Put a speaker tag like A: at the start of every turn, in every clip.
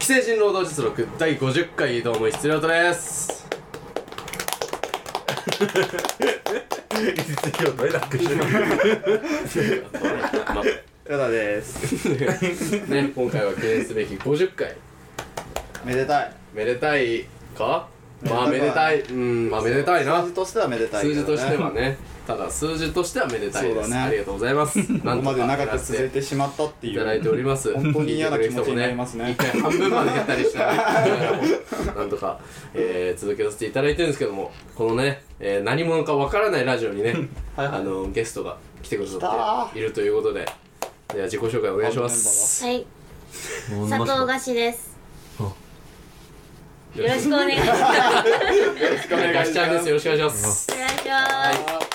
A: 成人労働実録第50回どうも一両とです
B: 実業とえらくしてる
C: やだです
A: ね今回は記念すべき50回
C: めでたい
A: めでたいかまあめ
C: め
A: で
C: で
A: た
C: た
A: い
C: い
A: うんまあめでたいな
C: 数字としてはめでたいけ
A: 数字と
C: どね
A: してはねただ数字としてはめでたいで
C: そ
A: す、
C: うだね
A: ありがとうございます
C: こ
A: な
C: こ
A: ん
C: ま
A: とか
C: で
A: や
C: 長
A: ら
C: く
A: せ
C: 続
A: て
C: いてしまったって
A: い
C: い
A: ただいうております
C: 本当に嫌な気持ちになりますね
A: 聞いてくれる人も一回半分までやったりしたら なんとか、えー続けさせていただいてるんですけどもこのね、えー何者かわからないラジオにね
C: はいはい
A: あのゲストが来てくださっているということででは自己紹介お願いします
D: はい、佐藤菓子です。よろしくお願い します。
A: お 願いしますよろしくお願いします
D: お願いします。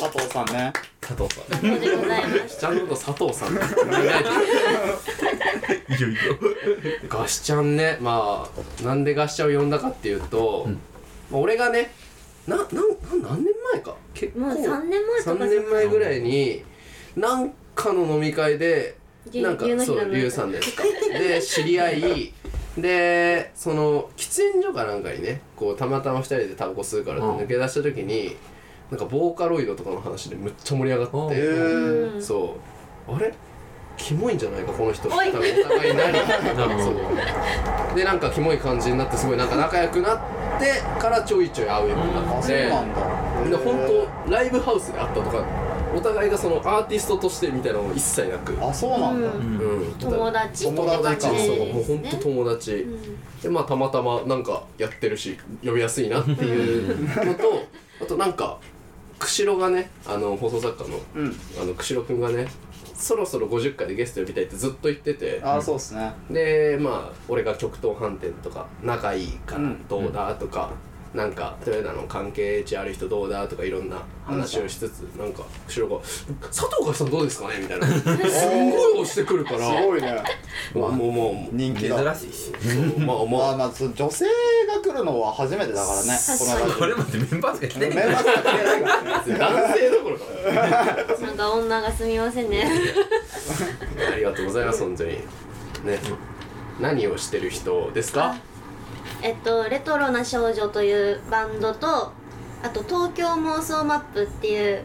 C: 佐藤さんね
B: 佐藤さ
D: そうでございます。
A: ちゃんのこと佐藤さんいない
B: んいいよいいよ
A: ガシちゃんねまあなんでガシちゃんを呼んだかっていうと、まあ、俺がねななんな何年前か結構
D: もう三年前と
A: 3
D: か
A: 年前ぐらいになんかの飲み会で
D: 牛
A: なんか
D: 牛の日
A: そ
D: の
A: う
D: 飲み会
A: 龍さんですかで知り合い でその喫煙所かなんかにねこうたまたま2人でタバコ吸うからって
B: うん
A: 抜け出した時になんかボーカロイドとかの話でむっちゃ盛り上がって、
B: うん
C: えー
D: うん
A: そうあれキモいんじゃないかこの人多
D: おい
A: 分お互い になり
B: なるほど
A: そうでなんかキモい感じになってすごいなんか仲良くなってからちょいちょい会うようにな
C: あ
A: っ
C: そう
A: て、
C: なんだ
A: で本当ライブハウスで会ったとかお互いがそのアーティストとしてみたいなのも一切なく、う
C: 当あそうなんだ
D: うん
A: ん、
D: 友達
C: 友
A: そう
C: 達か
A: そうもう本当友達、でまあたまたまなんかやってるし呼びやすいなっていうのとあとなんか釧路がねあの放送作家の
C: うん
A: あの釧路くんがねそろそろ50回でゲスト呼びたいってずっと言ってて
C: あそうっすね
A: でまあ俺が極東飯店とか仲いいからどうだとか、なんかトヨタの関係値ある人どうだとかいろんな話をしつつ、なんか後ろが「佐藤がさんどうですかね?」みたいなすんごい押してくるから
C: すごいね
A: もうもうもう
C: 人気だ
B: 珍しいし
A: そうまあ
C: ま
A: ま
C: あ
A: あ
C: まあそう女性が来るのは初めてだからねこのラジ
B: これまでメンバーしか来
C: オ
B: て
C: メン
B: ね
C: バーしか来てないからね
A: 男性どころか
D: なんか女がすみませんね。
A: ありがとうございます本当にね何をしてる人ですか
D: えっとレトロな少女というバンドと、あと東京妄想マップっていう、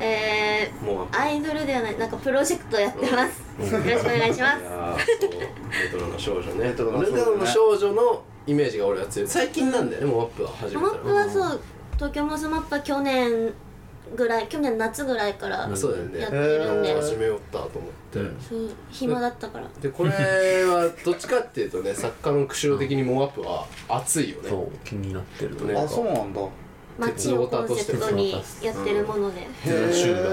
D: え
A: もう
D: ー、アイドルではないなんかプロジェクトやってます。よろしくお願いしま
A: い
D: す。
A: やーそうレトロな少女ね
C: レトロな少女ね
A: レトロな少女のイメージが俺は強い最近なんだよねもうアップは始め
D: マ
A: た
D: ップ
A: ら
D: はそう東京妄想マップは去年ぐらい去年夏ぐらいから
A: あそうだよね
D: やってるんで
A: なんか始めよったと思って、
D: そう暇だったから。
A: でこれはどっちかっていうとね作家の釧路的にもうアップは熱いよね
B: そう気になってると
A: ね
B: ね
C: あそうなんだ
D: 街をコンセプトにやってるもので、
C: へー
A: 集団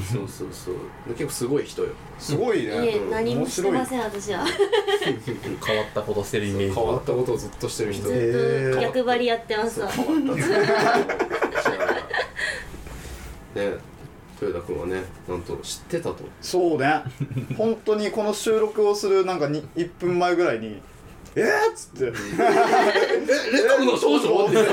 A: するそうそうそうで結構すごい人よ
C: すごい
D: いえ
C: ね
D: 何もしてま
C: ん
D: せん私は
B: 変わったことしてるイメージ
A: 変わったことをずっとしてる人
C: へ
D: ず
C: ー
D: っと逆張りやってますわ
A: 変わったね豊田君はねなんと知ってたと
C: そうね 本当にこの収録をするなんかに1分前ぐらいに「えーっ!」つって「
A: レトロの少女って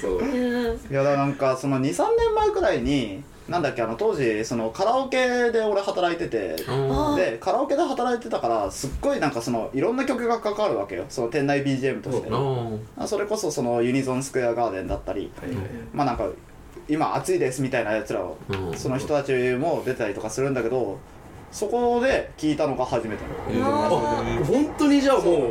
A: そう
D: うん
C: いやだからなんかその23年前くらいになんだっけあの当時そのカラオケで俺働いてて
D: あ
C: でカラオケで働いてたからすっごいなんかそのいろんな曲がかかるわけよその店内 BGM としてそれこそそのユニゾンスクエアガーデンだったり
A: はいはい
C: まあなんか今暑いですみたいなやつらを
B: うん
C: その人たちも出たりとかするんだけどそこで聞いたのが初めての
D: あ
A: 本当にじゃあもう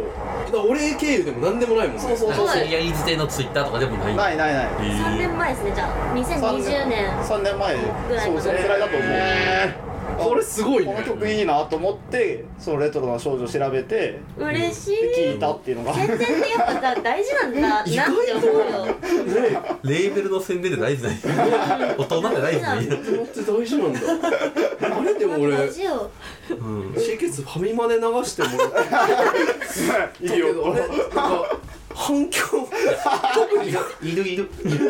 A: だから俺経由でも何でもないもんね
C: そうそう
D: そう
B: 知り合い時点のツイッターとかでもない
C: ないないない
D: 3年前ですねじゃあ2020年
C: 3年前
D: ぐらいか
C: そう
D: な
C: そのくらいだと思う、あ
A: これすごいね
C: この曲いいなと思ってそのレトロな少女調べて
D: 嬉し
C: で
D: い
C: 聞いたっていうのが
D: 宣伝ってやっぱさ大事なんだなって思うよ
B: レーベルの宣伝で大事ない大人って大事ない
A: 大人って大事なんだあれでも俺
D: ラジオ
B: うん
A: シーケツファミマで流してもらったけどあ
C: い
A: れなんか反響特にい
B: いるいる
A: るいる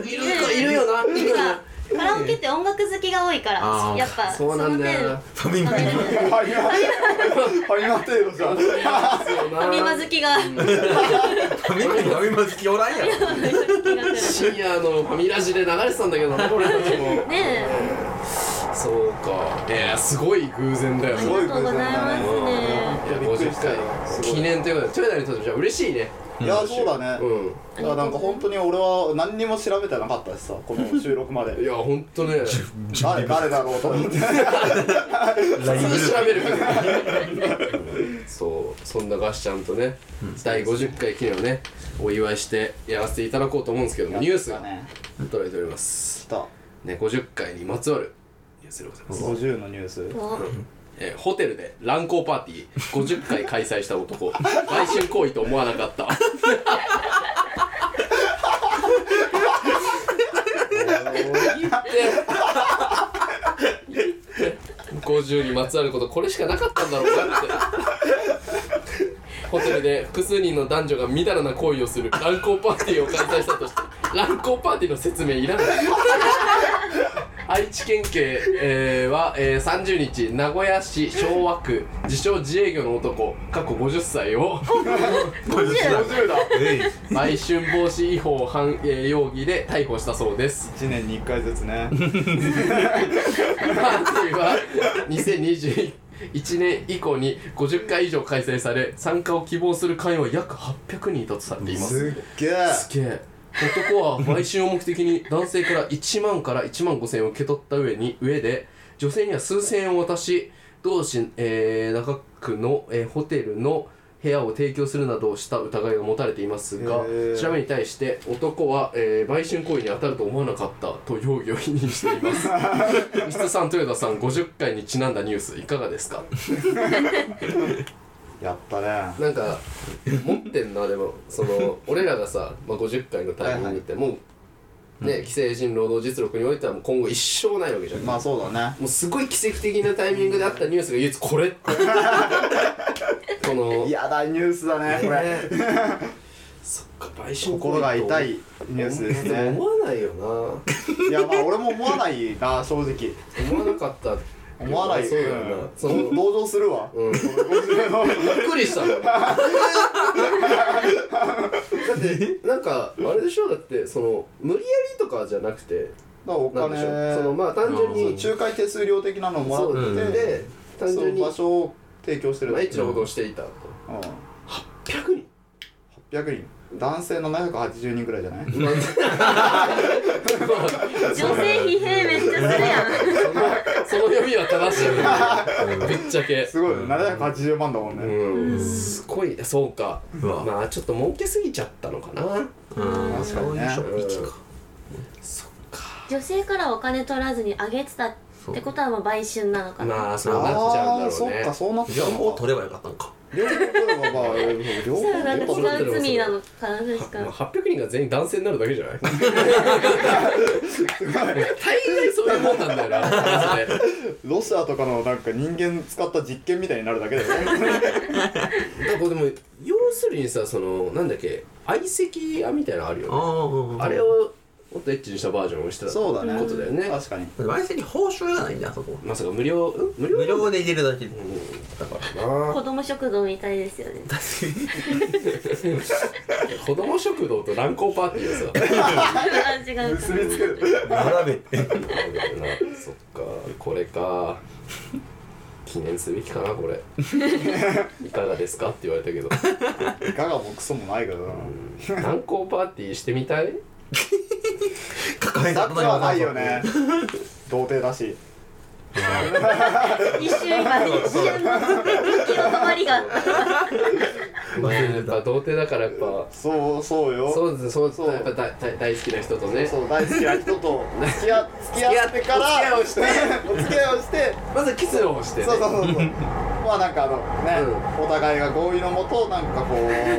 A: かいるよないるよな
D: カラオケって音楽好きが多いから
B: あー
D: やっぱ
A: そうなんだよな
B: ファミマ
D: その点フ
C: ハリマハリマ程度じゃん
D: ァミマ好きが
B: ファミマにファミマ好きおらんやろ
A: 深夜のファミラジで流れてたんだけどな俺たちも
D: ねえ
A: そうかいやすごい偶然だよ
D: ありがとうございますね
A: いや50 50回
C: すごい
A: 記念ということでトヨタにとってじゃあ嬉しいね
C: いやそうだね、
A: う
C: いやなんか本当に俺は何にも調べてなかったしさこの収録ま
A: んい
C: で
A: やほんとね
C: 誰誰だろうと思って
B: ライブ
A: 普通調べるからそうそんなガシちゃんとね、第50回記念をねお祝いしてやらせていただこうと思うんですけどもニュースが
C: ね
A: 捉えております
C: 来た
A: ね50回にまつわるニュースでございます、
C: 50のニュース
D: お
A: えーホテルで乱交パーティー50回開催した男売春行為と思わなかった50にまつわることこれしかなかったんだろうなってホテルで複数人の男女がみだらな行為をする乱交パーティーを開催したとして乱交パーティーの説明いらない愛知県警、えーは、えー30日名古屋市昭和区自称自営業の男過去50歳を
C: 50だ
B: えい
A: 売春防止違法犯、えー容疑で逮捕したそうです
C: 1年に1回ずつね
A: パーティーは2021年以降に50回以上開催され参加を希望する会員は約800人いたとされています
C: すっげえ
A: すげえ男は売春を目的に男性から1万から1万5千円を受け取った上に上で女性には数千円を渡し同市、えー中区の、えーホテルの部屋を提供するなどをした疑いが持たれていますが
C: へー
A: 調べに対して男は、えー売春行為に当たると思わなかったと容疑を否認しています 石津さん豊田さん50回にちなんだニュースいかがですか
C: やったね
A: なんか持ってんなでもその俺らがさ、まあ、50回のタイミングってもう、ね既成人労働実力においてはもう今後一生ないわけじゃん、
C: まあそうだね
A: もうすごい奇跡的なタイミングであったニュースが唯一これこの
C: いやだニュースだねこれ
A: そっか賠償行為
C: 心が痛いニュースですね
A: 思わないよな思
C: いやまあ俺も思わないな正直
A: わなかった
C: 思わない
A: そうだよな、
C: うん
A: そ
C: 同
A: の
C: 情するわ
A: うんびっくりした のだってなんかあれでしょだってその無理やりとかじゃなくて
C: だからお
A: なん
C: 金
A: でしょうそのまあ単純に
C: 仲介手数料的なのをもら
A: そ
C: っ
A: う
C: て、
A: で
B: ん
A: で単
C: そ
A: 純
C: の
A: に
C: 場所を提供してるだ
A: 毎
C: け
A: 日のことをしていたと
C: うん
A: 100人
C: 800人男性780人ぐらいじゃない
A: まあ
D: 女性疲弊めっちゃするやん
A: その読みは正しいよねぶっちゃけ
C: すごいよ780万だもんね、
A: うんすごいそうか
B: うわ
A: まあちょっと儲けすぎちゃったのかな
B: うん
C: 確かにね
B: そういう衝撃か
A: そっか
D: 女性からお金取らずにあげてたってことはもう売春なのかな、
A: まあそうなっちゃうん
C: あ
A: だ
C: あ
A: ろ
C: そうっ
A: ね
C: かそうなって
B: じゃ
C: た
B: あ
C: の
B: もう
C: か
B: 取ればよかったんか
C: 両方取ればまあ両
D: そうなんか
C: 方
A: そう
D: 違う罪なのかな確
A: まあ
D: か
A: 800人が全員男性になるだけじゃない大概そういうもんなんだよなそれ
C: ロシアとかのなんか人間使った実験みたいになるだけだよね
A: なんかでも要するにさそのなんだっけ相席屋みたいなのあるよね
B: あ
A: あれをもっとエッチにしたバージョンをしてた
C: そうだね
A: ことだよね
C: 確かに
B: でもあいつに報酬がないんだそこ
A: まさか無料ん無料
B: 無料で入れるだけ
A: だからな
D: 子供食堂みたいですよね
A: 子供食堂と乱交パーティーはさ
D: あ違う
C: 結びつける
B: 並べて
A: そっかこれか記念すべきかなこれいかがですかって言われたけど
C: いかがもクソもないけどな
A: 乱交パーティーしてみたい
B: 抱え
C: したた
B: く
C: く
B: ない
C: は
B: わ
C: ないよね童貞だし
D: 一瞬今一瞬の行きの止まりがあった
A: まあやっぱ童貞だからやっぱ
C: そうそうよ
A: そうですそう
C: そう
A: やっぱ大大大好きな人とね
C: そう大好きな人と付き合付き合ってから
A: お付き合いを
C: お付き合いをして
A: まずキスをしてね
C: そうそうそうそうまあなんかあのね、お互いが合意のもとなんかこう
A: ね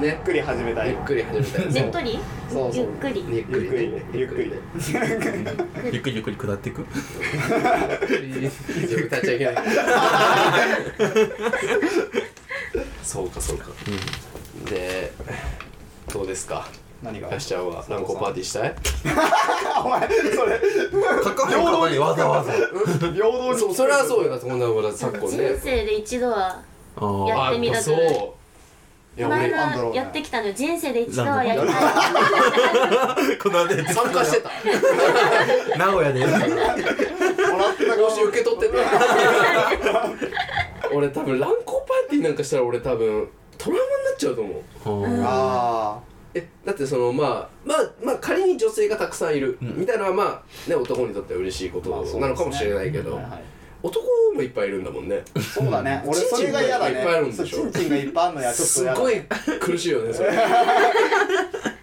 C: ゆっくり始めた
A: ゆ
C: い
A: っくり始めたい
D: ねっとり
C: そうそう
D: ゆっくり
A: ゆっ
C: ゆっくりねゆっくりね
A: ね
B: ゆっくりゆっくり下っていく
A: 自分立ち上 げないそうかそうか、でどうですか
C: 何が
A: ガシちゃんは何個パーティーしたい
C: あお前それ
B: 抱えたのにわざわざ
C: 平等に
A: そうそれはそうよなそんなこと昨今ね
D: 人生で一度は
B: あー
D: やってみたくなる
A: あそういや
D: 前
A: 俺
C: なんだろう
D: は
C: ね
D: やってきたのよ人生で一度はやりたい
B: この間
A: 参加してた
B: 名古屋で
C: もらってたか
A: 報酬受け取ってた 俺多分乱交パーティーなんかしたら俺多分トラウマになっちゃうと思う
B: は
C: あ
A: えだってそのまあまあまあ仮に女性がたくさんいる、
B: うん
A: みたいなのはまあね男にとっては嬉しいこと
C: まあそうですね
A: なのかもしれないけ
C: あ、
A: ど、
C: はいはい
A: 男もいっぱいいるんだもんね
C: そうだね俺
A: チンチン
C: それが嫌
A: が
C: だ
A: いっぱいあるん
C: ね
A: でし
C: そ
A: ょ
C: うチンチンがいっぱいあるのやちょっと
A: す
C: 嫌だ
A: ごい苦しいよねそ れ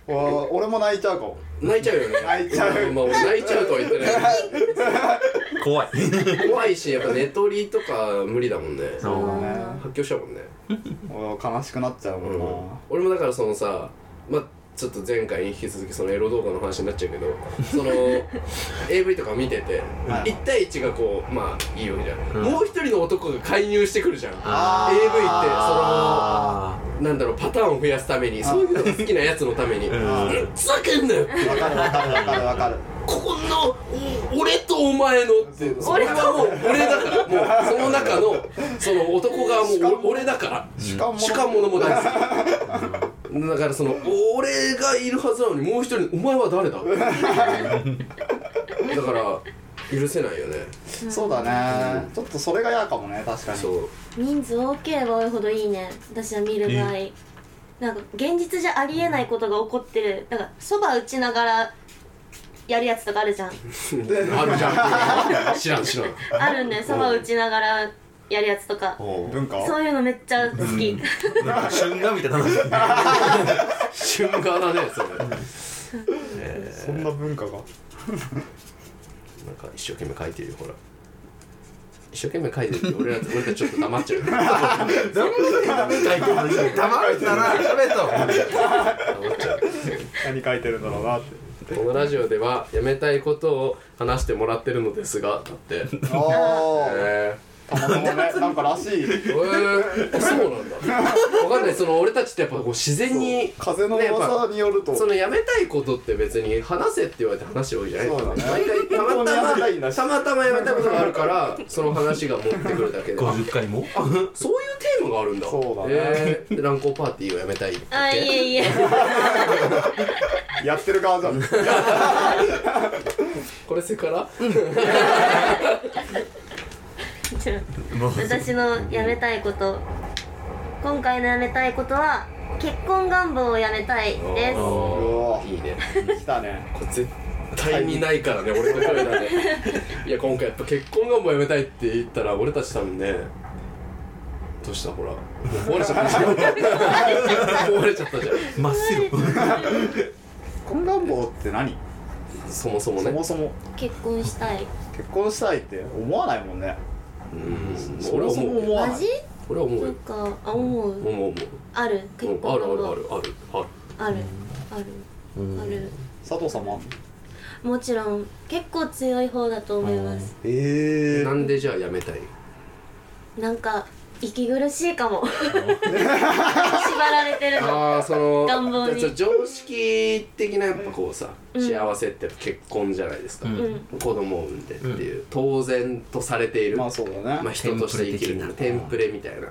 C: お俺も泣いちゃうかも
A: 泣いちゃうよね
C: 泣いちゃう
A: まあ、俺泣いちゃうとは言ってない
B: い怖い
A: 怖いしやっぱ寝取りとか無理だもんね
B: そう
C: だね
A: 発狂しちゃうもんね、
C: お悲しくなっちゃうも
A: うん
C: んな、
A: 俺もだからそのさまあちょっと前回に引き続きそのエロ動画の話になっちゃうけどその AV とか見てて
C: はい
A: 1対1がこうまあいいわけじゃん、
B: うん
A: もう一人の男が介入してくるじゃん
B: あ
A: AV ってそ
B: あ
A: のなんだろうパターンを増やすためにそういうのが好きなやつのために「
B: う
A: うんんふざけんなよ!」
C: わかるわかるわかるわかる
A: こんな俺とお前のってそれはもう俺だからもうその中のその男がもうお俺だから
C: しかも
A: 主観者も大好 きだからその俺がいるはずなのにもう一人「お前は誰だ?」だから許せないよね
C: そうだねちょっとそれが嫌かもね確かに
A: そう
D: 人数多ければ多いほどいいね私は見る場合なんか現実じゃありえないことが起こってるなんかそば打ちながらやるやつとかあるじゃん
A: あるじゃん知らん知らん
D: あるんだよそば打ちながらやるやつとか
C: 文化
D: そういうのめっちゃ好き、
B: ーなんか旬がみたいな話
A: 瞬間だねそれなんか
C: そんな文化が
A: 一生懸命書いてるよほら一生懸命書いてるって俺ら俺たちちょっと黙っちゃうよ黙っ
B: 黙るんだな喋った
A: ちゃう
C: 何書いてるんだろうなって
A: このラジオではやめたいことを話してもらってるのですがだって
C: おー
A: え
C: たまたまね なんからしい
A: ー、えー、そうなんだわかんないその俺たちってやっぱこう自然に
C: 風の
A: ねやっぱ
C: 噂によると
A: そのやめたいことって別に話せって言われて話多いじゃない
C: そうだね
A: 毎回たま
C: 本当にやめたい
A: た
C: んだ
A: ま
C: した
A: またまやめたいことがあるからその話が持ってくるだ けで
B: 50回も
A: あそういうテーマがあるんだ
C: そうだね
A: えー、で乱交パーティーをやめたいんだっけ
D: あいえいえ
C: やってる側じ ゃん
A: これセカラ
D: ちょっ
B: もう
D: と私のやめたいこと今回のやめたいことは結婚願望をやめたいです
A: おー
C: うわ
A: いいね
C: 来たね
A: これ絶対にないからね俺の声だねいや今回やっぱ結婚願望やめたいって言ったら俺たち多分ねどうしたほらもう壊れちゃったじゃ ん壊れちゃったじゃん
B: 真っ白
C: 婚願望って何
A: そもそもね
C: そもそも
D: 結婚したい
C: 結婚したいって思わないもんね
A: うん
C: そ
A: 俺は
C: もそ
A: 思う
C: も思
A: よ
C: わ
D: マ
C: ない
D: ジ
A: 俺は思う
D: な
A: よ
D: んかあ思う
A: 思う思う
D: ある結
A: うんあ
D: 婚
A: るある
D: 願望
A: あるあるある
D: あるあるある
C: 佐藤さんもあんの
D: もちろん結構強い方だと思います
C: ええ
A: なんでじゃあやめたい
D: なんか息苦しいかも 縛られてるの
A: ああその
D: 願望に
A: じゃあ常識的なやっぱこうさ、
D: うん
A: 幸せってやっぱ結婚じゃないですか、
B: うん
D: うん
A: 子供を産んでっていう、当然とされている、
C: まあそうだ
A: まあ、
C: ね
A: 人として生きるテ
B: テ
A: ン
B: ン
A: プ
B: プ
A: レみたいな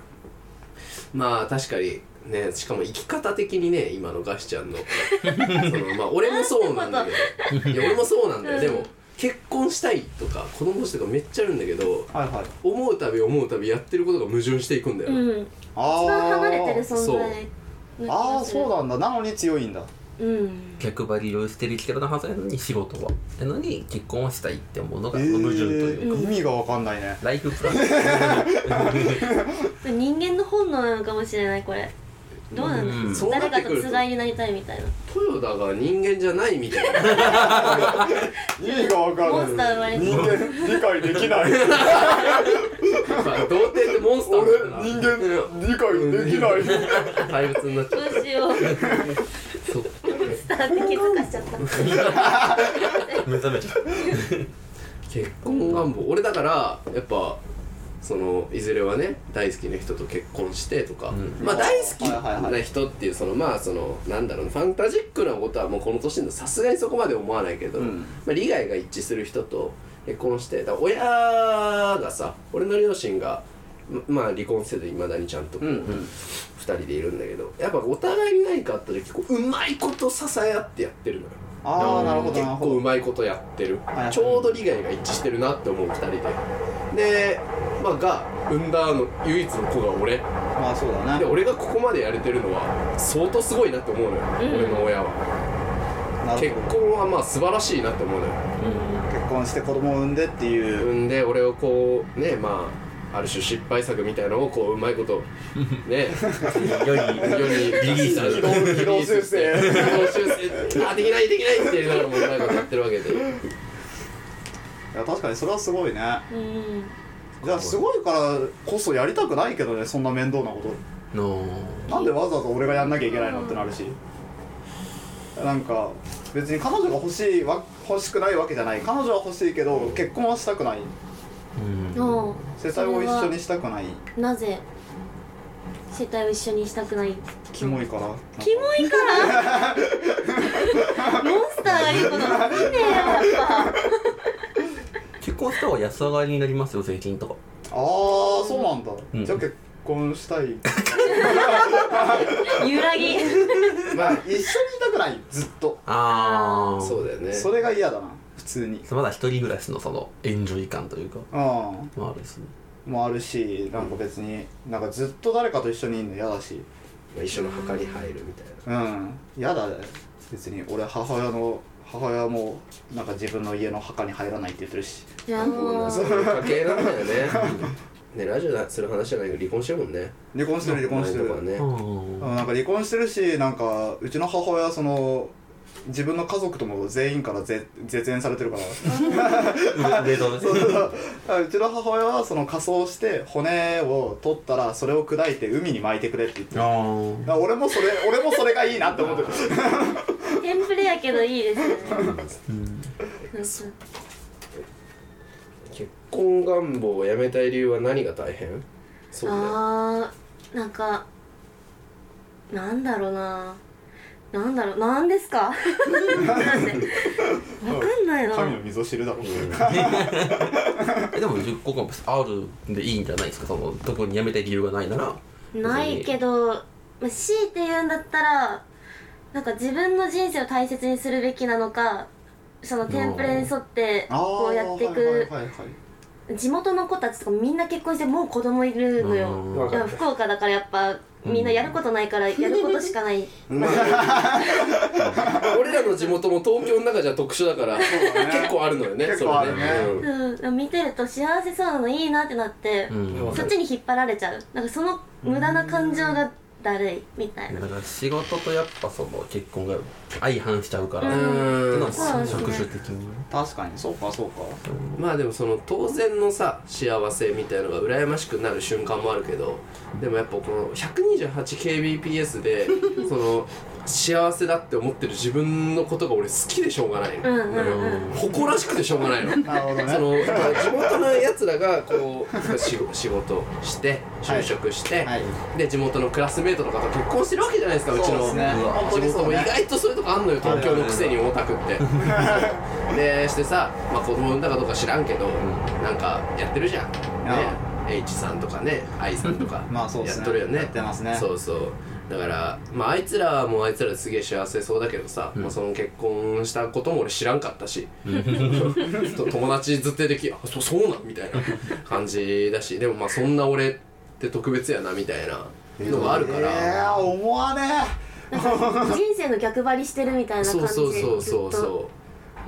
A: まあ確かにねしかも生き方的にね今のガシち ゃんのそのまあ俺もそうなんだ けどいや俺もそうなんだよ、
D: うん
A: でも結婚したいとか子供欲しいとかめっちゃあるんだけど
C: はいはい
A: 思うたび思うたびやってることが矛盾していくんだよ、
D: うん
C: あ
D: 一
C: ー
D: 番離れてる存在
A: そう
D: の気
C: あ
D: が
C: あ
D: する
C: そうなんだなのに強いんだ
D: うん
B: 逆張りをしてるキャラのはずなのに仕事はなのに結婚はしたいって思うのが矛盾というか、
C: えー意味がわかんないね
B: ライフプラン
D: 人間の本能なのかもしれないこれどうなの、
B: うん
A: そうな
D: 誰
A: って
D: か
A: く
D: と
A: ると
D: つがいになりたいみたいな
A: 豊田が人間じゃないみた いな
C: 意味がわか
D: モンス
C: ん
D: タ
C: ない
D: ー生まれて
C: 人間理解でき
A: ま
C: ない
A: あ童貞ってモンスター
C: 俺
A: だから
C: 人間理解できない
A: 怪物になっちゃう
D: どうしよう
A: そう
D: スターって気づかしちゃった
B: 目覚めちゃう
A: 結婚願望俺だからやっぱそのいずれはね大好きな人と結婚してとか、
B: うん
A: まあ大好き
C: はいはいは
A: ない人っていうそのまあそのなんだろうなファンタジックなことはもうこの年でさすがにそこまで思わないけど、
C: うん
A: まあ、利害が一致する人と結婚してだから親がさ俺の両親がままあ離婚せずいまだにちゃんとこう、
C: うんうん
A: 2人でいるんだけどやっぱお互いに何かあった時こううまいこと支え合ってやってるのよ
C: ああなるほど
A: 結
C: なるほ
A: 構う
C: ど
A: まいことやってる
C: はい
A: ちょうど利害が一致してるなって思う2人ででまあが産んだの唯一の子が俺
C: まあそうだ
A: で
C: ね
A: 俺がここまでやれてるのは相当すごいなって思うのよ、
D: うん
A: 俺の親は
C: なる
A: 結
C: ほど
A: 婚はまあ素晴らしいなって思うのよ
C: 結婚して子供を産んでっていう、
A: 産んで俺をこうねまあある種失敗作みたいのをこううまいことね
B: より
A: 世に
B: リリース
A: リリース
C: 軌道修正
A: 軌道修正あできないできないって言いながらもうまいことやってるわけで
C: いや確かにそれはすごいね
D: うん
C: じゃあすごいからこそやりたくないけどねそんな面倒なこと
B: の
C: なんでわざわざ俺がやんなきゃいけないのってなるしなんか別に彼女が欲しいわ欲しくないわけじゃない彼女は欲しいけど結婚はしたくない
B: うん
D: の
C: 世帯を一緒にしたくない
D: なぜ世帯を一緒にしたくない
C: キモいから
D: キモいからモンスターがいいことなんねえよやっぱ
B: 結婚した方が安上がりになりますよ税金とか
C: ああそうなんだ、
B: うん
C: じゃあ結婚 したい
D: 揺らぎ
C: まあ一緒にいたくないずっと
B: ああ
A: そうだよね
C: それが嫌だな普通に
B: まだ一人暮らしのそのエンジョイ感というか
C: うん
B: まああるしね
C: もあるしなんか別になんかずっと誰かと一緒にいるの嫌だし
A: まあ一緒の墓に入るみたいな
C: うん嫌だね別に俺母親の母親もなんか自分の家の墓に入らないって言ってるし
D: いやもう
A: そういう家系なんだよねねラジオでする話じゃないけど離婚してるもんね
C: 離婚してる離婚してる、
A: 前とかね
B: うん
C: うんなんか離婚してるしなんかうちの母親はその自分の家族とも全員からぜ絶縁されてるから
B: 冷凍です
C: そ うそうそうだからうちの母親はその仮装して骨を取ったらそれを砕いて海に巻いてくれって言ってるだか
B: あ
C: ら俺もそれ俺もそれがいいなって思ってる
D: テンプレやけどいいですよね
A: 結婚願望をやめたい理由は何が大変そうだよ
D: あーなんかなんだろうななんだろうなんですか なんでわかんないな
C: 神の溝を知るだろ
B: あ でも10個があるんでいいんじゃないですかその特に辞めたい理由がないなら
D: ないけど、まあ、強いて言うんだったらなんか自分の人生を大切にするべきなのかそのテンプレに沿って
C: あー
D: こうやっていく、
C: はいはいはい
D: 地元の子たちとかみんな結婚してもう子供いるのよ、
B: うん
D: いや福岡だからやっぱみんなやることないからやることしかない、
A: 俺らの地元も東京の中じゃ特殊だから
C: だね
A: 結構あるのよね
C: 結構あるね
A: それうん
D: うん、見てると幸せそうなのいいなってなって、
B: うん
A: わか
D: そっ
A: る
D: ちに引っ張られちゃうなんかその無駄な感情がだるいみたいな
B: だから仕事とやっぱその結婚が相反しちゃうから、
D: う
B: っ
D: ん
B: ていう
A: う
B: の
A: ん
B: も
D: そうですね
B: 職種的に
C: 確かにそうかそうか
A: まあでもその当然のさ幸せみたいのが羨ましくなる瞬間もあるけどでもやっぱこの 128kbps でその幸せだって思ってる自分のことが俺好きでしょうがないの、
D: うんうんうん
A: 誇らしくてしょうがない の
C: なるほどね
A: そのだから地元のやつらがこう仕仕事して就職して、
C: はい
A: で地元のクラスメートとかと結婚してるわけじゃないですかうち
C: そうで
A: の、
C: すね本当
A: 地
C: にそ
A: 元も
C: う
A: 意
C: ね
A: 外とそういうとこあんのよ東京のくせにオタクって でしてさ、まあ、子供産んだかどうか知らんけど、なんかやってるじゃんね
C: あ
A: H さんとかね I さんとか
C: まあそうっすね
A: やっとるよね
C: やってますね
A: そうそうだから、まあ、あいつらもあいつらですげえ幸せそうだけどさ、まあ、その結婚したことも俺知らんかったしと 友達ずっとできあそそうなんみたいな感じだしでもまあそんな俺って特別やなみたいなのがあるから、
C: えー、思わね
D: 人生の逆張りしてるみたいな感
A: そう
D: じ
A: そうそうそう
D: ずっと
A: そ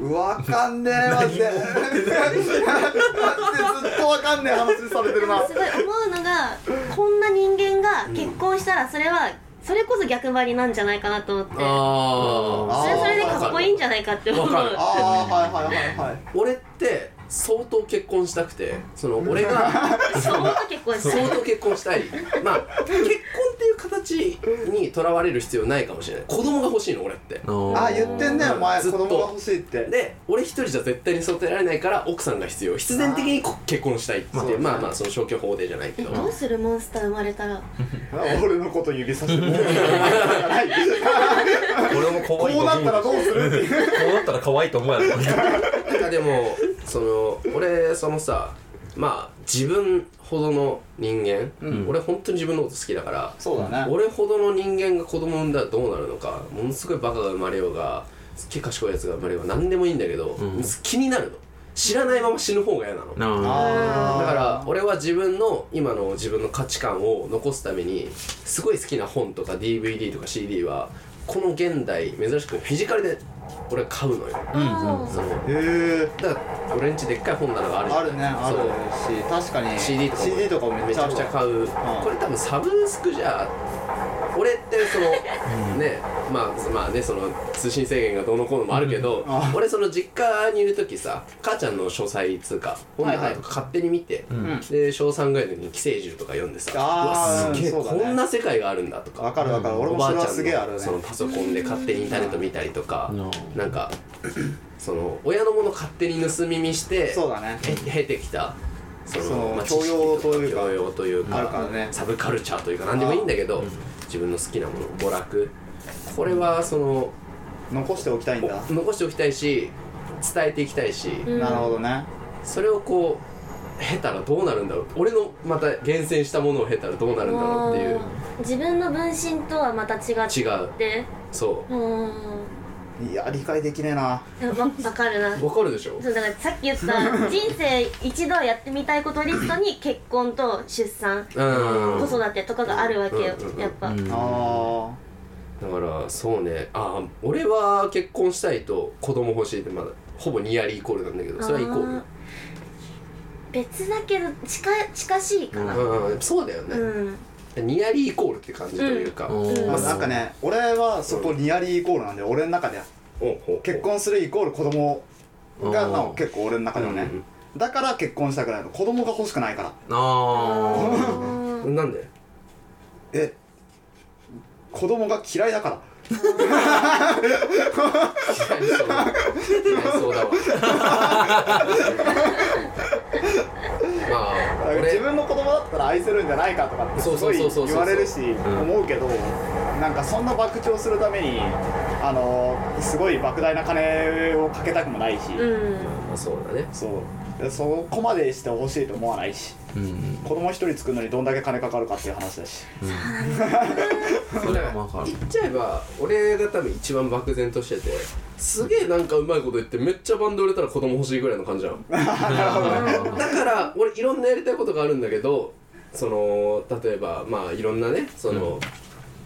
A: う
C: えわかんねえマジでマジでずっとわかんねえ話されてるな
D: すごい思うのがこんな人間が結婚したらそれはそれこそ逆張りなんじゃないかなと思って
A: あ
D: そ
A: あ
D: れはそれでかっこいいんじゃないかって思う
A: わかる
C: ああはいはいはいはい
A: 俺って相当結婚したくてその俺 が
D: そう思った結婚して
A: 相当結婚したいまあ結婚っていう形にとらわれる必要ないかもしれない子供が欲しいの俺って
C: あー言ってんねお前
A: ず
C: 子
A: っと
C: 供が欲しいって
A: で俺一人じゃ絶対に育てられないから奥さんが必要必然的にこ結婚したいっていう
C: あー
A: まあまあその消去法でじゃないけ
D: え
A: ど
D: どうするモンスター生まれたら
C: 俺のこと指さしてもうない
B: 俺も可
C: こ
B: 愛いう
C: なったらどうするっていう
B: こうなったら可愛いと思うやろ
A: なんかでもその俺そのさまあ自分ほどの人間、俺本当に自分のこと好きだから
C: そうだね
A: 俺ほどの人間が子供産んだらどうなるのかものすごいバカが生まれようがすっげえ賢いやつが生まれようが何でもいいんだけど、気になるの知らないまま死ぬ方が嫌なのだ
B: なあ
C: あー
A: から俺は自分の今の自分の価値観を残すためにすごい好きな本とか DVD とか CD はこの現代珍しくフィジカルで俺は買うのよ
D: うん
A: その
C: へえ
A: だから俺んちでっかい本棚があるじゃん
C: あるねある
A: そう
C: し確かに
A: CD とかも
C: CD とかもめ
A: め
C: っ
A: ち
C: ちゃ
A: ゃ
C: ある
A: く
C: わ
A: ちゃ買う、これ多分サブスクじゃ俺ってその、ねまあそまあねその通信制限がどうのこうのもあるけど、
C: んあ
A: 俺その実家にいる時さ母ちゃんの書斎つうか本
C: は
A: 棚
C: いは
A: と
C: い
A: か勝手に見て、
C: ん
A: で小3ぐらいの時に「寄生獣」とか読んでさ「う
C: あー
A: わすげえ、
C: そうだね
A: こんな世界があるんだ」とか
C: わかるわかる俺
A: お
C: も
A: ば
C: そ
A: あ
C: れはす
A: ち
C: げえ
A: ゃ
C: あ
A: ん
C: る
A: の
C: ね
A: そのパソコンで勝手にインターネット見たりとか、
B: うん
A: なんかその親のもの勝手に盗み見して
C: そうだね
A: へ経てきたそ
C: その
A: まあ知識
C: 教養というか
A: 教養というか
C: あるからね
A: サブカルチャーというか何でもいいんだけど自分の好きなもの娯楽これはその
C: 残しておきたいんだ
A: お残しておきたいし伝えていきたいし、
D: うん
C: なるほどね
A: それをこう経たらどうなるんだろう俺のまた厳選したものを経たらどうなるんだろうっていう
D: あー自分の分身とはまた違って
A: 違うそう
D: ーん
C: いや理解できねえな
D: わわかるな
A: うわかるでしょ
D: そうだからさっき言った 人生一度はやってみたいことリストに結婚と出産
A: うん
D: 子育てとかがあるわけよ
A: うんうんうん
D: やっぱ、
B: うん
C: あ
A: だからそうねあー俺は結婚したいと子供欲しいってまだほぼニアリイコールなんだけどそれはイコール
D: 別だけど近近しいかな
A: うん、そうだよ
D: うん、
A: ね、ニアリイコールって感じというか、
B: うん
A: お
C: ー
D: うん
C: あなんかね俺はそこニアリーイコールなんで俺の中では
A: ほう
C: 結婚するイコール子供が
B: うん
C: なお結構俺の中ではね
A: うん
C: だから結婚したくないの子供が欲しくないから
B: あ
D: あ
A: なんで
C: え子供が嫌いだから
A: 嫌いそうだ嫌いそうだわまあ
C: だから自
A: 俺
C: 分の子供だったら愛せるんじゃないかとかってす
A: そうそ
C: ご
A: う
C: い
A: そうそう
C: 言われるし
B: ん
C: 思うけどなんかそんな爆調するためにあのすごい莫大な金をかけたくもないし、
D: ーうん
A: まあそうだね
C: そうでそこまでしてほしいと思わないし
B: ーうん
C: 子供一人作るのにどんだけ金かかるかっていう話だし
B: それはわかる
A: 言っちゃえば俺が多分一番漠然としててすげえなんかうまいこと言ってめっちゃバンド売れたら子供欲しいぐらいの感じじゃんだから俺いろんなやりたいことがあるんだけどその例えばまあいろんなねその、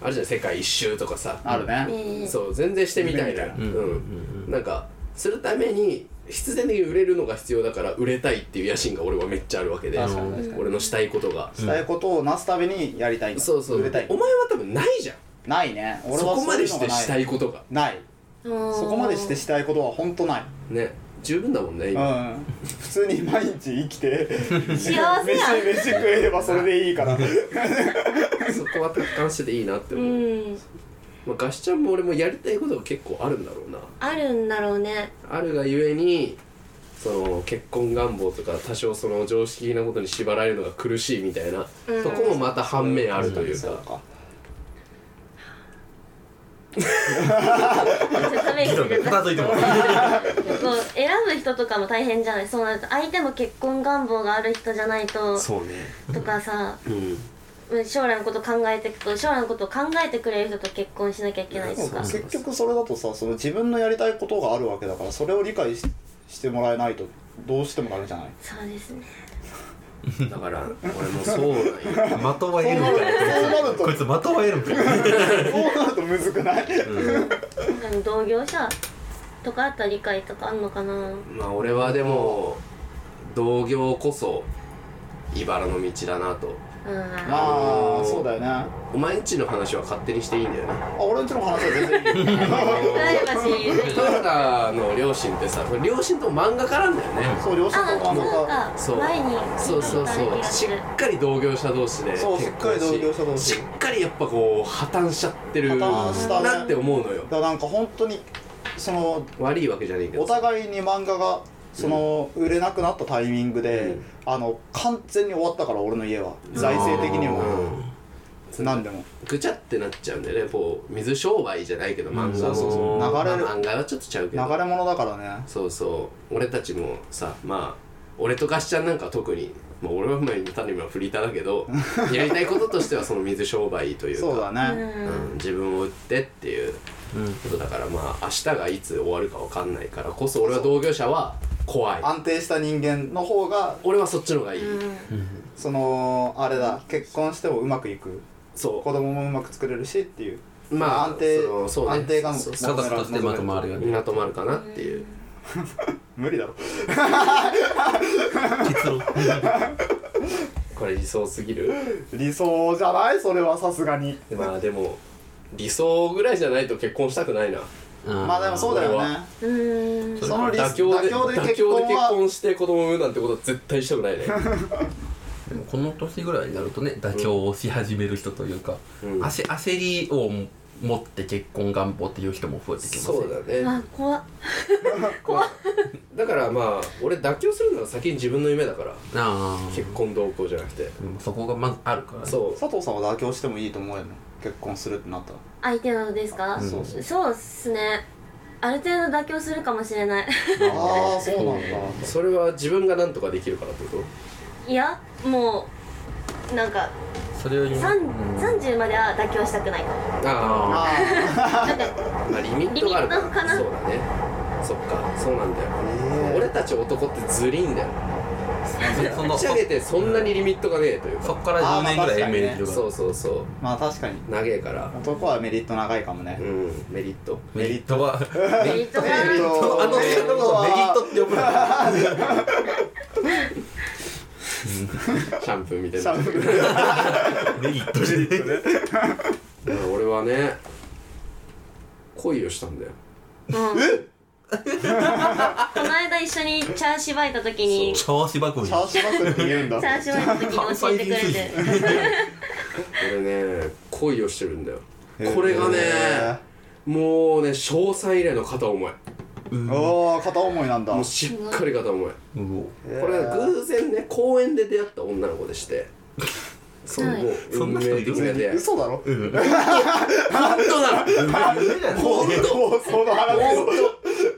A: あるじゃん世界一周とかさ
C: あるね、
D: ええ
A: そう全然してみたいな
C: 夢
A: う
C: み
A: ん、
B: いなうん
A: なんかするために必然的に売れるのが必要だから売れたいっていう野心が俺はめっちゃあるわけで
B: 確かに確
A: 俺のしたいことが、
C: したいことをなすためにやりたいんだ
A: そうそうお
C: 売れた
A: 前
C: い
A: は多分ないじゃん
C: ないね俺は
A: そこまで
C: そ
A: し
C: うい
A: て
C: うのが
A: したいことが
C: ないない
D: うん
C: そこまでしてしたいことは本当ない
A: ね十分だもんね
C: う
A: 今、
C: ん普通に毎日生きて
D: 幸せやん
C: 飯飯食えればそれでいいから
A: そこは達観してていいなって
D: う
A: 思う、
D: ん
A: まあ、ガシちゃんも俺もやりたいことが結構あるんだろうな
D: あるんだろ うね
A: あるがゆえにその結婚願望とか多少その常識的なことに縛られるのが苦しいみたいな、
D: うん
A: そこもまた反面あるというか、
C: そうか
D: ちょっとため息出
B: 片
D: た
B: 付いても
D: こう選ぶ人とかも大変じゃないそうなると相手も結婚願望がある人じゃないと
A: そうね
D: とかさ
A: うん
D: うん将来のこと考えていくと将来のことを考えてくれる人と結婚しなきゃいけないとか
C: 結局それだとさその自分のやりたいことがあるわけだからそれを理解ししてもらえないとどうしてもダメじゃ ない
D: そうですね
A: だから俺もそうなんよ
B: 的は得るみ
C: そうな
B: たい
C: ると
B: こいつ的は得るみたい
C: そうなるとむずくない、
D: なんか同業者とかあったら理解とかあんのかな
A: まあ俺はでも同業こそ茨の道だなと
D: う
C: まあそうだよねあ
A: お前んちの話は勝手にしていいんだよね
C: 俺んちの話は全然いい
D: んプライバシ
A: ト
D: ー
A: ヨタの両親ってさこれ両親とも漫画家なんだよね、
C: そう両親
D: あ
C: と
D: そう
C: か
D: か
A: そう
D: 前に聞
A: そ
D: いうた
A: そ
D: こ
A: う
D: とある気
A: そう
D: が
A: し
D: する
A: っかり同業者同士で結
C: そう
A: 婚し
C: しっかり同業者同士
A: しっかりやっぱこう破綻しちゃってる
C: 破綻したね
A: なって思うのよ
C: だからなんか本当にその
A: 悪いわけじゃねえけど
C: お互いに漫画がその、売れなくなったタイミングで、
A: うん
C: あの完全に終わったから俺の家は財政的にも
A: うん
C: 何でも
A: ぐちゃってなっちゃうんだよねこう水商売じゃないけど漫画
B: うんそうそうそう
A: の
C: 流れる
A: まあ漫画はちょっとちゃうけ
C: 流
A: ど
C: れ物だからね
A: そうそう俺たちもさまあ俺とガシちゃんなんかは特に、まあ、俺はまあ単に今フリーターだけ どやりたいこととしてはその水商売というか
C: そうだね、
A: うん、自分を売ってっていうことだからまあ明日がいつ終わるかわかんないからこそ俺は同業者は怖い
C: 安定した人間の方が
A: 俺はそっちの方がいい、
D: うん
C: そのあれだ結婚してもうまくいく
A: そ
C: 子供もうまく作れるしっていう
A: うまあ
C: 安定
A: そのそうね
C: 安定が
A: そう
B: 家族としてまとまるよね
A: 港丸かなっていう
C: 無理だろ
B: 結論
A: これ理想すぎる
C: 理想じゃないそれはさすがに
A: まあでも理想ぐらいじゃないと結婚したくないな
C: まあでもそうだよ
A: 俺
C: ね
A: は
D: うん
C: その理
A: 妥協で
C: 妥協で
A: 妥
C: 結
A: 協
C: 婚
A: で
C: は
A: 結婚して子供産むなんてことは絶対したくないね、
B: でもこの年ぐらいになるとね妥協をし始める人というか、
A: うん
B: 焦焦りを持って結婚願望っていう人も増えてきます
A: そうだね、
D: あ怖っ
A: まあだからまあ俺妥協するのは先に自分の夢だから
B: ああ
A: 結婚同行じゃなくて
B: うんそこがまずあるから、ね、
A: そう
C: 佐藤さんは妥協してもいいと思うよね結婚するってなったら
D: 相手のですか、
B: うん
D: そうっすねある程度妥協するかもしれない
C: ああそうなんだ
A: それは自分が何とかできるからってこと
D: いやもうなんか
B: それよりも、
D: 三
B: うん
D: 30までは妥協したくないかも
A: あ
C: あ
D: なんか
A: あまあリミットがあるか
D: リミットからな
A: そうだねそっかそうなんだよ
C: あえ
A: 俺たち男ってずりいんだよ
B: そ
A: 打
B: の
A: ち
B: そ
A: 上げてそんなにリミットがねえという
B: そ
A: か
B: っから10年ぐらい延命できるから
A: そうそうそ
C: まあ確かに
A: う長えから
C: 男はメリット長いかもね
A: う、んメリット
B: メリットは
D: メリットが
C: メリット
B: あの人のことメリットって呼ぶのか
A: シャンプーみたい
C: シャンプ
A: な
C: ー
B: メリットで
A: うん俺はね恋をしたんだよ
D: うんこの間一緒にチャーシバいた時にチ
B: 調子ばこい
C: チャーシューバッグって言うんだ
D: ャーシバいた時に教えてくれて
A: 俺ね恋をしてるんだよこれがねもうね詳細以来の片思い
C: おおー片思いなんだ
A: もうしっかり片思い
B: うんお
A: これは偶然ね公園で出会った女の子でしてその
D: はい
A: もう
B: そん
A: 運
B: な
A: 命
B: 人いる
A: 的な 出会い
C: 嘘だろ
B: うん
A: 本当なの
B: 夢じゃない
C: 本当その話を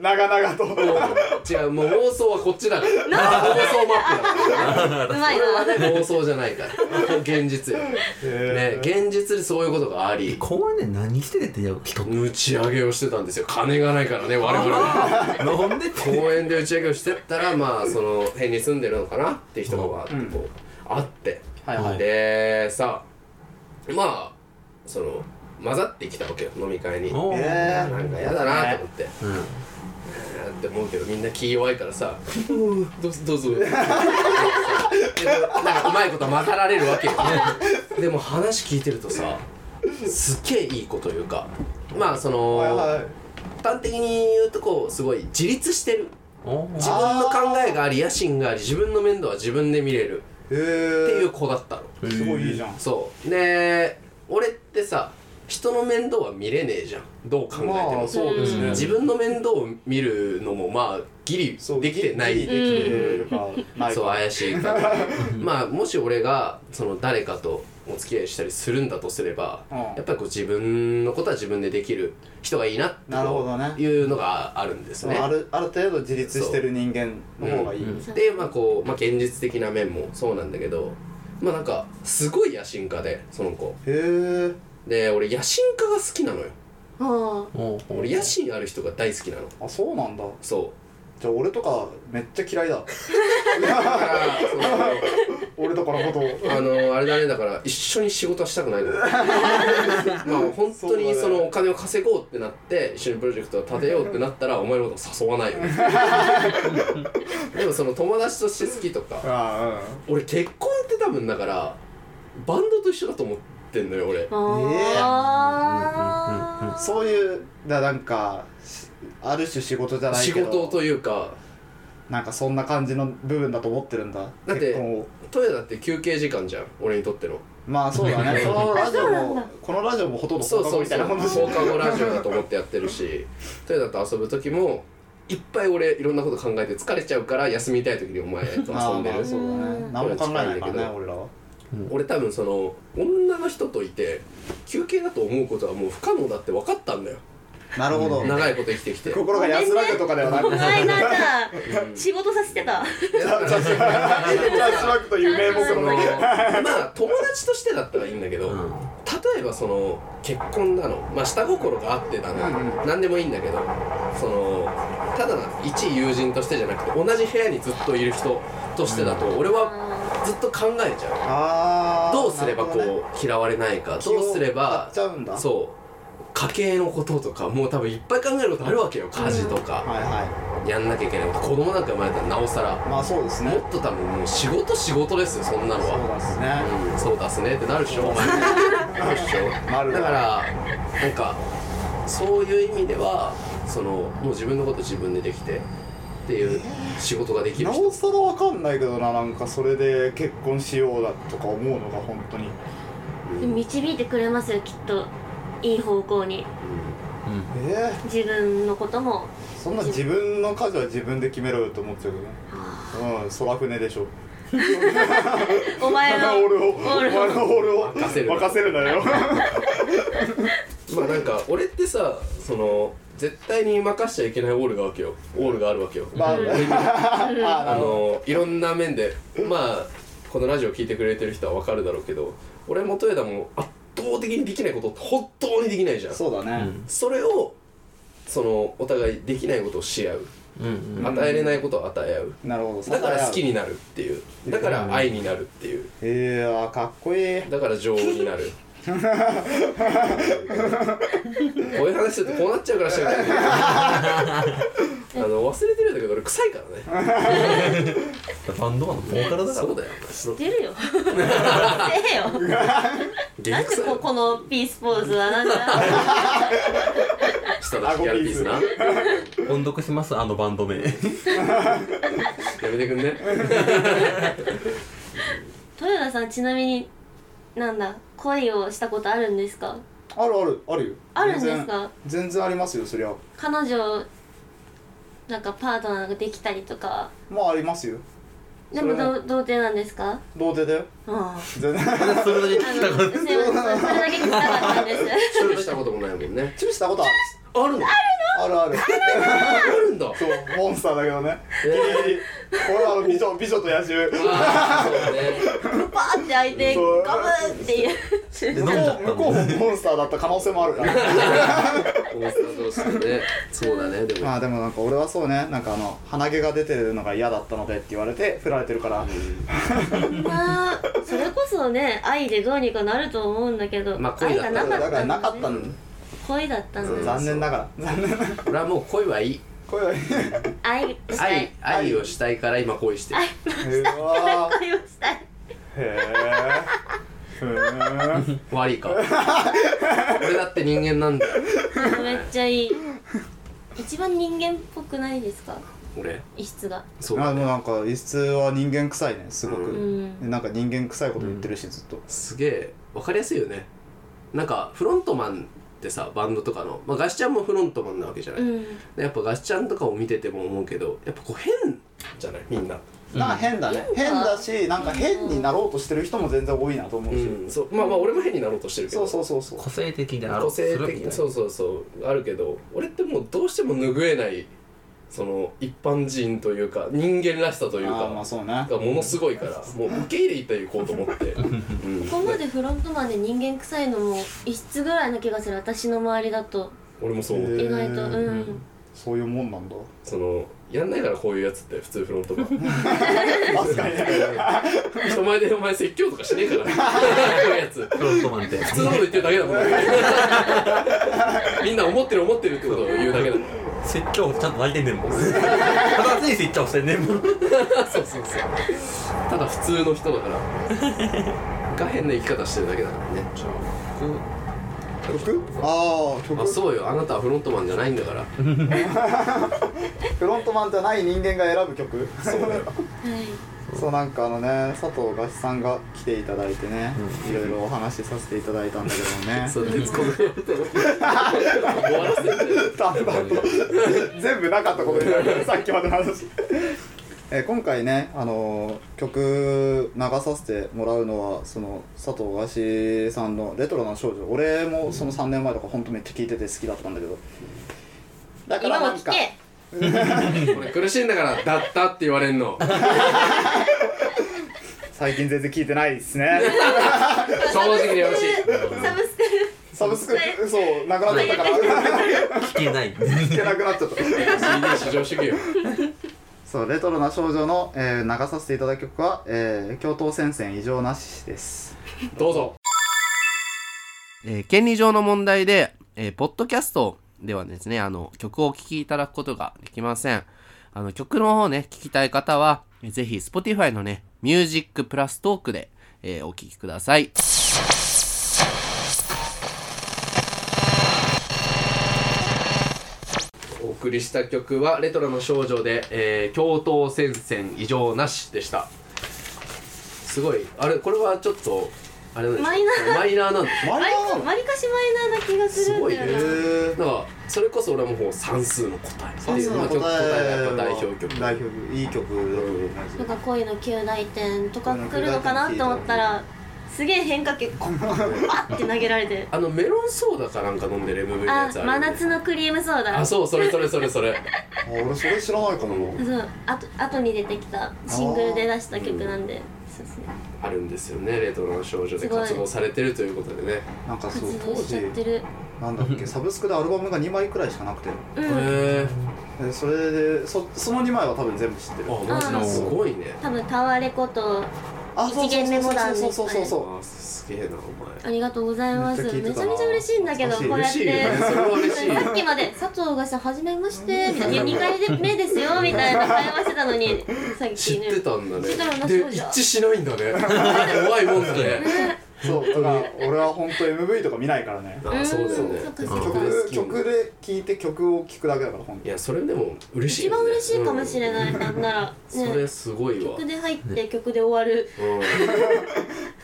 C: 長々と
A: 違うもう妄想はこっちだから妄想マップだから
D: うまい
A: これは
D: な
A: ね妄想じゃないから現実よ、ね、現実にそういうことがあり
B: 公園で何して出てやる人って
A: 打ち上げをしてたんですよ金がないからね我々は
B: なんでって
A: 公園で打ち上げをしてったらまあその辺に住んでるのかなって人がわーってこうあって、
C: はい
B: はい
A: でさまあその混ざってきたわけよ飲み会に
B: おー
C: えー
A: なんか嫌だなと思って、
B: うん
A: えーって思うけどみんな気弱いからさ「ううどうぞどうぞ」でなんかうまいこと混ざられるわけよでも話聞いてるとさすっげえいい子というかまあその、
C: はいはい
A: 端的に言うとこうすごい自立してる
B: おー
A: 自分の考えがあり野心があり自分の面倒は自分で見れる
C: え
A: っていう
C: ー
A: 子だったの、
C: すごいいいじゃん
A: そうで俺ってさ人の面倒は見れねえじゃんどう考えて
C: ま
A: も
C: あそうですね
A: 自分の面倒を見るのもまあギリ
C: そう
A: できてない
C: ギリできてるかない
A: そう
C: か
A: 怪しいからまあもし俺がその誰かとお付き合いしたりするんだとすれば、
C: うん
A: やっぱりこう自分のことは自分でできる人がいいなって
C: なるほどね
A: いうのがあるんです
C: そう
A: ね。
C: あるある程度自立してる人間の方がいい
B: うん
A: でまあこう、まあ、現実的な面もそうなんだけどまあなんかすごい野心家でその子
C: へえ
A: で俺野心家が好きなのよ
D: うん
B: おー
A: 俺野心ある人が大好きなの
C: あそうなんだ
A: そう
C: じゃあ俺とかめっちゃ嫌 いだ
A: だからその
C: 俺とかのことを
A: あのあれだねだから一緒に仕事はしたくないのまあ本当にそのお金を稼ごうってなって一緒にプロジェクトを立てようってなったらお前のこと誘わないよねでもその友達として好きとか
C: あ
A: 俺結婚って多分だからバンドと一緒だと思ってんのよ俺
D: あ
C: あ
D: ー
C: そういうだなんかしある種仕事じゃない
A: 仕
C: けど
A: 事というか
C: なんかそんな感じの部分だと思ってるんだ
A: だって
C: 結婚を
A: トヨタって休憩時間じゃん俺にとっての
C: まあそう だねこのラジオもこのラジオもほとんど
A: そう
C: 放課
A: そ
C: 後
A: う
C: み
A: そ
C: たいうなもん
A: 放課後
C: だし
A: ラジオだと思ってやってるしトヨタと遊ぶ時もいっぱい俺いろんなこと考えて疲れちゃうから休みたい時にお前と遊んで
C: まあまあ
A: る
C: そうだね何も考えないからね俺らは
A: 俺多分その女の人といて休憩だと思うことはもう不可能だって分かったんだよ
C: なるほど
A: 長いこと生きてきて
C: 心が安らぐとかではな
D: こ
C: く
D: の
C: て
D: 間さ 仕事させてた
C: 安らぐという名目
A: その
C: の
A: まあ友達としてだったらいいんだけど、
B: うん
A: 例えばその結婚なのまあ下心があってだな、
C: うんうん
A: 何でもいいんだけどそのただな一友人としてじゃなくて同じ部屋にずっといる人としてだと、俺はずっと考えちゃう
C: あー
A: どうすれば
C: な
A: こう、
C: るほね
A: 嫌われないかどうすれ
C: 気を張
A: ば
C: っちゃうんだ
A: そう家計のこととかもう多分いっぱい考えることあるわけよ家事とか、
C: はいは
A: やんなきゃいけないこと子供なんか生まれたらなおさら
C: いまあそうですね
A: もっと多分もう仕事仕事ですよそんなの
C: そう
A: は
C: ですね
A: うんそうだっすねってなるでし ょお前なるでし
C: な
A: ょ
C: る
A: だからなんかそういう意味ではそのもう自分のこと自分でできてっていう仕事ができる
C: な
A: 人
C: おさらわかんないけどななんかそれで結婚しようだとか思うのが本当に
A: うん
D: でも導いてくれますよきっといい方向に
B: うん
C: え
D: 自分のことも
C: ー、そんな自分の家事は自分で決めろよって思っちゃうけどねうん空船でしょ
D: お前の
C: 俺をお
D: 俺
C: 前
D: を
C: の 俺を
A: 任せる
C: 任せるなよ
A: まあなんか俺ってさその絶対に任しちゃいけないオールがあるわけよオールがあるわけよ
C: まああ
A: あのいろんな面でまあこのラジオ聞いてくれてる人はわかるだろうけど俺も戸枝も圧倒的にできないことって本当にできないじゃん
C: そうだね、
A: それをそのお互いできないことをし合う
B: うんうん
A: 与えれないことを与え合う
C: なるほど
A: だから好き
C: に
A: になるっていうだから愛になるっていう
C: えー、あーかっこいい
A: だから女王になるこういう話するとこうなっちゃうからしたくないんだけどあの忘れてるんだけど俺臭いからね
B: バンドマンのボーカルだから
A: そうだよ
D: 知ってるよ知ってよなんでここのピースポーズはなんだ
A: 下だしやるピースな
C: あ
A: や
C: ご
B: 音読しますあのバンド名
A: めてくんね
D: 豊田さんちなみになんだ恋をしたことあるんですか
C: あるあるあるよ
D: あるん
C: 全然
D: ですか
C: 全然ありますよそりゃ
D: 彼女なんかパートナーができたりとか
C: まあありますよ
D: でも
C: それは
D: どう童貞なんですか
C: 童貞だよ
D: ああ
C: 全然
B: それだけ
D: あ
B: 聞き
D: の
B: たか
D: すいませんそれ
B: っ
D: だけ聞きたかったんです
A: チューしたこともないもんね
C: チューしたことある
A: あるの
C: あるあ る
A: あるんだ
C: そうモンスターだけどね
A: え
C: ギリギリこれあの美女美女と野獣
A: あーそうね
D: パーって開いて
C: そう
D: ガブンっていう
B: たで
C: 向
B: 飲ん
C: こ
B: じゃ
C: う
B: った
C: 向こうもモンスターだった可能性もあるから
A: 大阪同士だねそうだねでも
C: まあでもなんか俺はそうねなんかあの鼻毛が出てるのが嫌だったのでって言われて振られてるから
D: まあそれこそね愛でどうにかなると思うんだけど、
A: まあ恋だった
D: 愛
A: ら
C: だ
D: がなかった
C: からなかった
D: の
C: の
D: ね恋だったのね
C: 残念ながら残念ながら
A: 俺はもう恋はいい
C: こ れ
D: 愛した
A: 愛
D: い
A: 愛をしたいから今恋してる
C: へえわ
D: 愛をしたい
C: へえへえ
A: 悪いか俺だって人間なんだよ
D: めっちゃいい一番人間っぽくないですか
A: 俺
D: 異質が
A: そう
C: あ
A: だ
C: で
A: ね
C: もなんか異質は人間臭いねすごく、
D: うん
C: なんか人間臭いこと言ってるしずっと、
A: すげえ分かりやすいよねなんかフロントマンってさバンドとかの、まあ、ガシちゃんもフロントマンなわけじゃない、
D: うん
A: でやっぱガシちゃんとかを見てても思うけどやっぱこう変じゃないみんな
C: なんか変だね変だしなんか変になろうとしてる人も全然多いなと思うし、
A: うんそうまあまあ俺も変になろうとしてるけ
C: そ
A: ど
C: うそうそうそう
B: 個性的であ
A: 個
B: ろうとす
A: 性
B: る
A: 的
B: みたいな
A: そうそうそうあるけど俺ってもうどうしても拭えないその一般人というか人間らしさという
C: ああま
A: か
C: あそうね
A: がものすごいからもう受け入れていこうと思って、うん
D: ここまでフロントマンで人間臭いのも異質ぐらいの気がする私の周りだと
A: 俺もそう思っ
C: へ
A: て
C: え
D: 意外とうん、
B: うん
C: そういうもんなんだ
A: そのやんないからこういうやつって普通フロントマン
C: 確かに
A: 人前でお前説教とかしねえからこういうやつ
B: フロントマンって
A: 普通のこと言ってるだけだもんねみんな思ってる思ってるってことを言うだけだもん
B: 説教ちゃんと泣いてんねんもん正しい説教してんねんもん
A: そうそうそうただ普通の人だからが変な生き方してるだけだからね
C: 曲ああ曲
A: あそうよあなたはフロントマンじゃないんだから
C: フロントマンじゃない人間が選ぶ曲そう
D: はい
C: なんかあのね佐藤合さんが来ていただいてね、いろいろお話しさせていただいたんだけどもね
A: それでこの終わらせるんだよ
C: だんだんと 全部なかったことになるさっきまでの話 えー今回ね、あのー曲流させてもらうのはその佐藤菓子さんの「レトロな少女」俺もその3年前とか本当めっちゃ聴いてて好きだったんだけどだから
D: 今も
C: なんか
D: 聞け
A: 俺苦しいんだから「だった」って言われんの
C: 最近全然聴いてないですね
A: 正直によろしい
D: サブ
C: サブスクそうなくなっちゃったから
B: 聞けないんで
C: 聞けなくなっちゃった
A: CD 至上主義よ
C: そうレトロな少女の、えー流させていただく曲は「えー、教頭戦線異常なし」です
A: どうぞ
E: えー権利上の問題で、えーポッドキャストではですね、あの、曲をお聴きいただくことができません。あの、曲の方ね、聴きたい方は、えーぜひ、Spotify のね、ミュージックプラストークで、えーお聴きください。
A: お送りした曲は「レトロの少女で」えー教頭戦線異常なし」でしたすごいあれこれはちょっとあれなんでしょ
D: マイナー
A: マイナーなんでしょ
C: マイナーなの
D: わりかしマイナーな気がするんだよな
A: すごい
C: へ
A: だからそれこそ俺はもう算数の答えって
C: 算
A: い
C: 数
A: う
C: の
A: まあ
C: 答
A: 曲答えが
C: え
A: やっ
C: は
A: ぱ代表曲
C: 代表曲いい曲だと思います
D: なんか恋の旧大点とか来るのかなと思ったらすげえ変化球コンバッて投 げられて
A: あのメロンソーダかなんか飲んでる MV の
D: あ
A: やつある
D: 真夏のクリームソーダ
A: あそうそれそれそれそれ
C: あ俺それ知らないかもな
D: そうあと後に出てきたシングルで出した曲なんでそうですね
A: あるんですよねレトロの少女です
D: ごい
A: 活動されてるということでね
C: なんかそう
D: 活
C: 当
D: 動し
C: 時
D: ちゃってる
C: なんだっけサブスクでアルバムが2枚くらいしかなくて
D: う
A: へ
D: ん
A: え
C: でそれでそその2枚は多分全部知ってる
A: あマジ
D: あ
A: で
D: ー
A: すごいね
D: 多分タワレコと
C: あそう
D: 一元メモだね
C: そうそうそうそう
A: あすげえなお前
D: ありがとうございます
C: めっちゃ聞いて
D: めち
C: た
D: ゃ
C: な
D: めちゃ嬉しいんだけどこう
C: 懐
D: や
A: か
D: っ
A: しい
D: て
A: 嬉しいそれは嬉しい
D: さっきまで佐藤がさ「はじめまして」みたいな「いや2回目ですよ」みたいな会話してたのにさっき
A: 知ってたんだね
D: 知ってたの
A: で
D: そうじ
A: 一
D: ゃん
A: 致しないんだね怖いもんだね
C: そうだから俺は本当 MV とか見ないからね
A: あそうだよね
D: うんそっかそっか
C: 曲曲
A: で
C: で聴いて曲を聴くだけだから本
A: い
C: 当
A: やそれでも嬉しいよ
D: 一
A: ね
D: 番嬉しいかもしれない、なんなら、
A: うんそれ
D: ね、
A: すごいわ
D: 曲で入って曲で終わる、
A: うん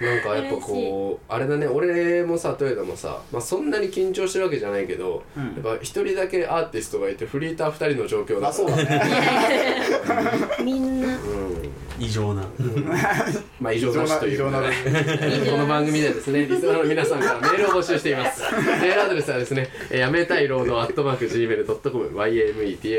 A: なんかやっぱこうあれだね俺もさトヨタもさ、まあ、そんなに緊張してるわけじゃないけど、
C: うん
A: やっぱ一人だけアーティストがいてフリーター二人の状況
C: あ
A: だ
C: そうだね
D: みんな
A: うん
B: 異常な
A: まあ異常なしということで
C: 異
A: この番組ではですねリスナーの皆さんからメールを募集していますメールアドレスはですねえーやめたい労働アットマーク Gmail.com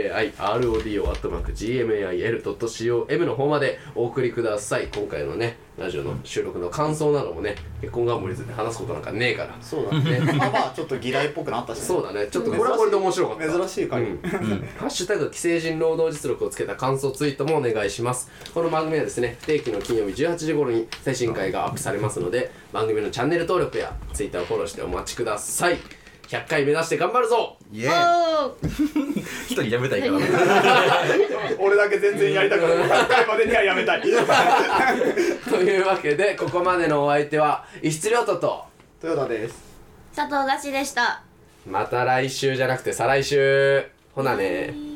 A: YMETAIRODO アットマーク GMAIL.com の方までお送りください今回のねラジオの収録の感想などもね結婚がんもりずで話すことなんかねえから
C: そう だねまあまあちょっと議題っぽくなったしね
A: そうだねちょっとこれはこれで面白かった
C: 珍しい回
A: うん ハッシュタグ既成人労働実力をつけた感想ツイートもお願いしますこの番組はですね不定期の金曜日18時頃に最新回がアップされますので番組のチャンネル登録やツイッターをフォローしてお待ちください100回目指して頑張るぞ
B: イエー
D: おー
B: 一人やめたいからね
C: 俺だけ全然やりたくない100回 までにはやめたい
A: というわけでここまでのお相手は石亮太と
C: トヨタです
D: 佐藤菓子でした
A: また来週じゃなくて再来週ほなね
D: えー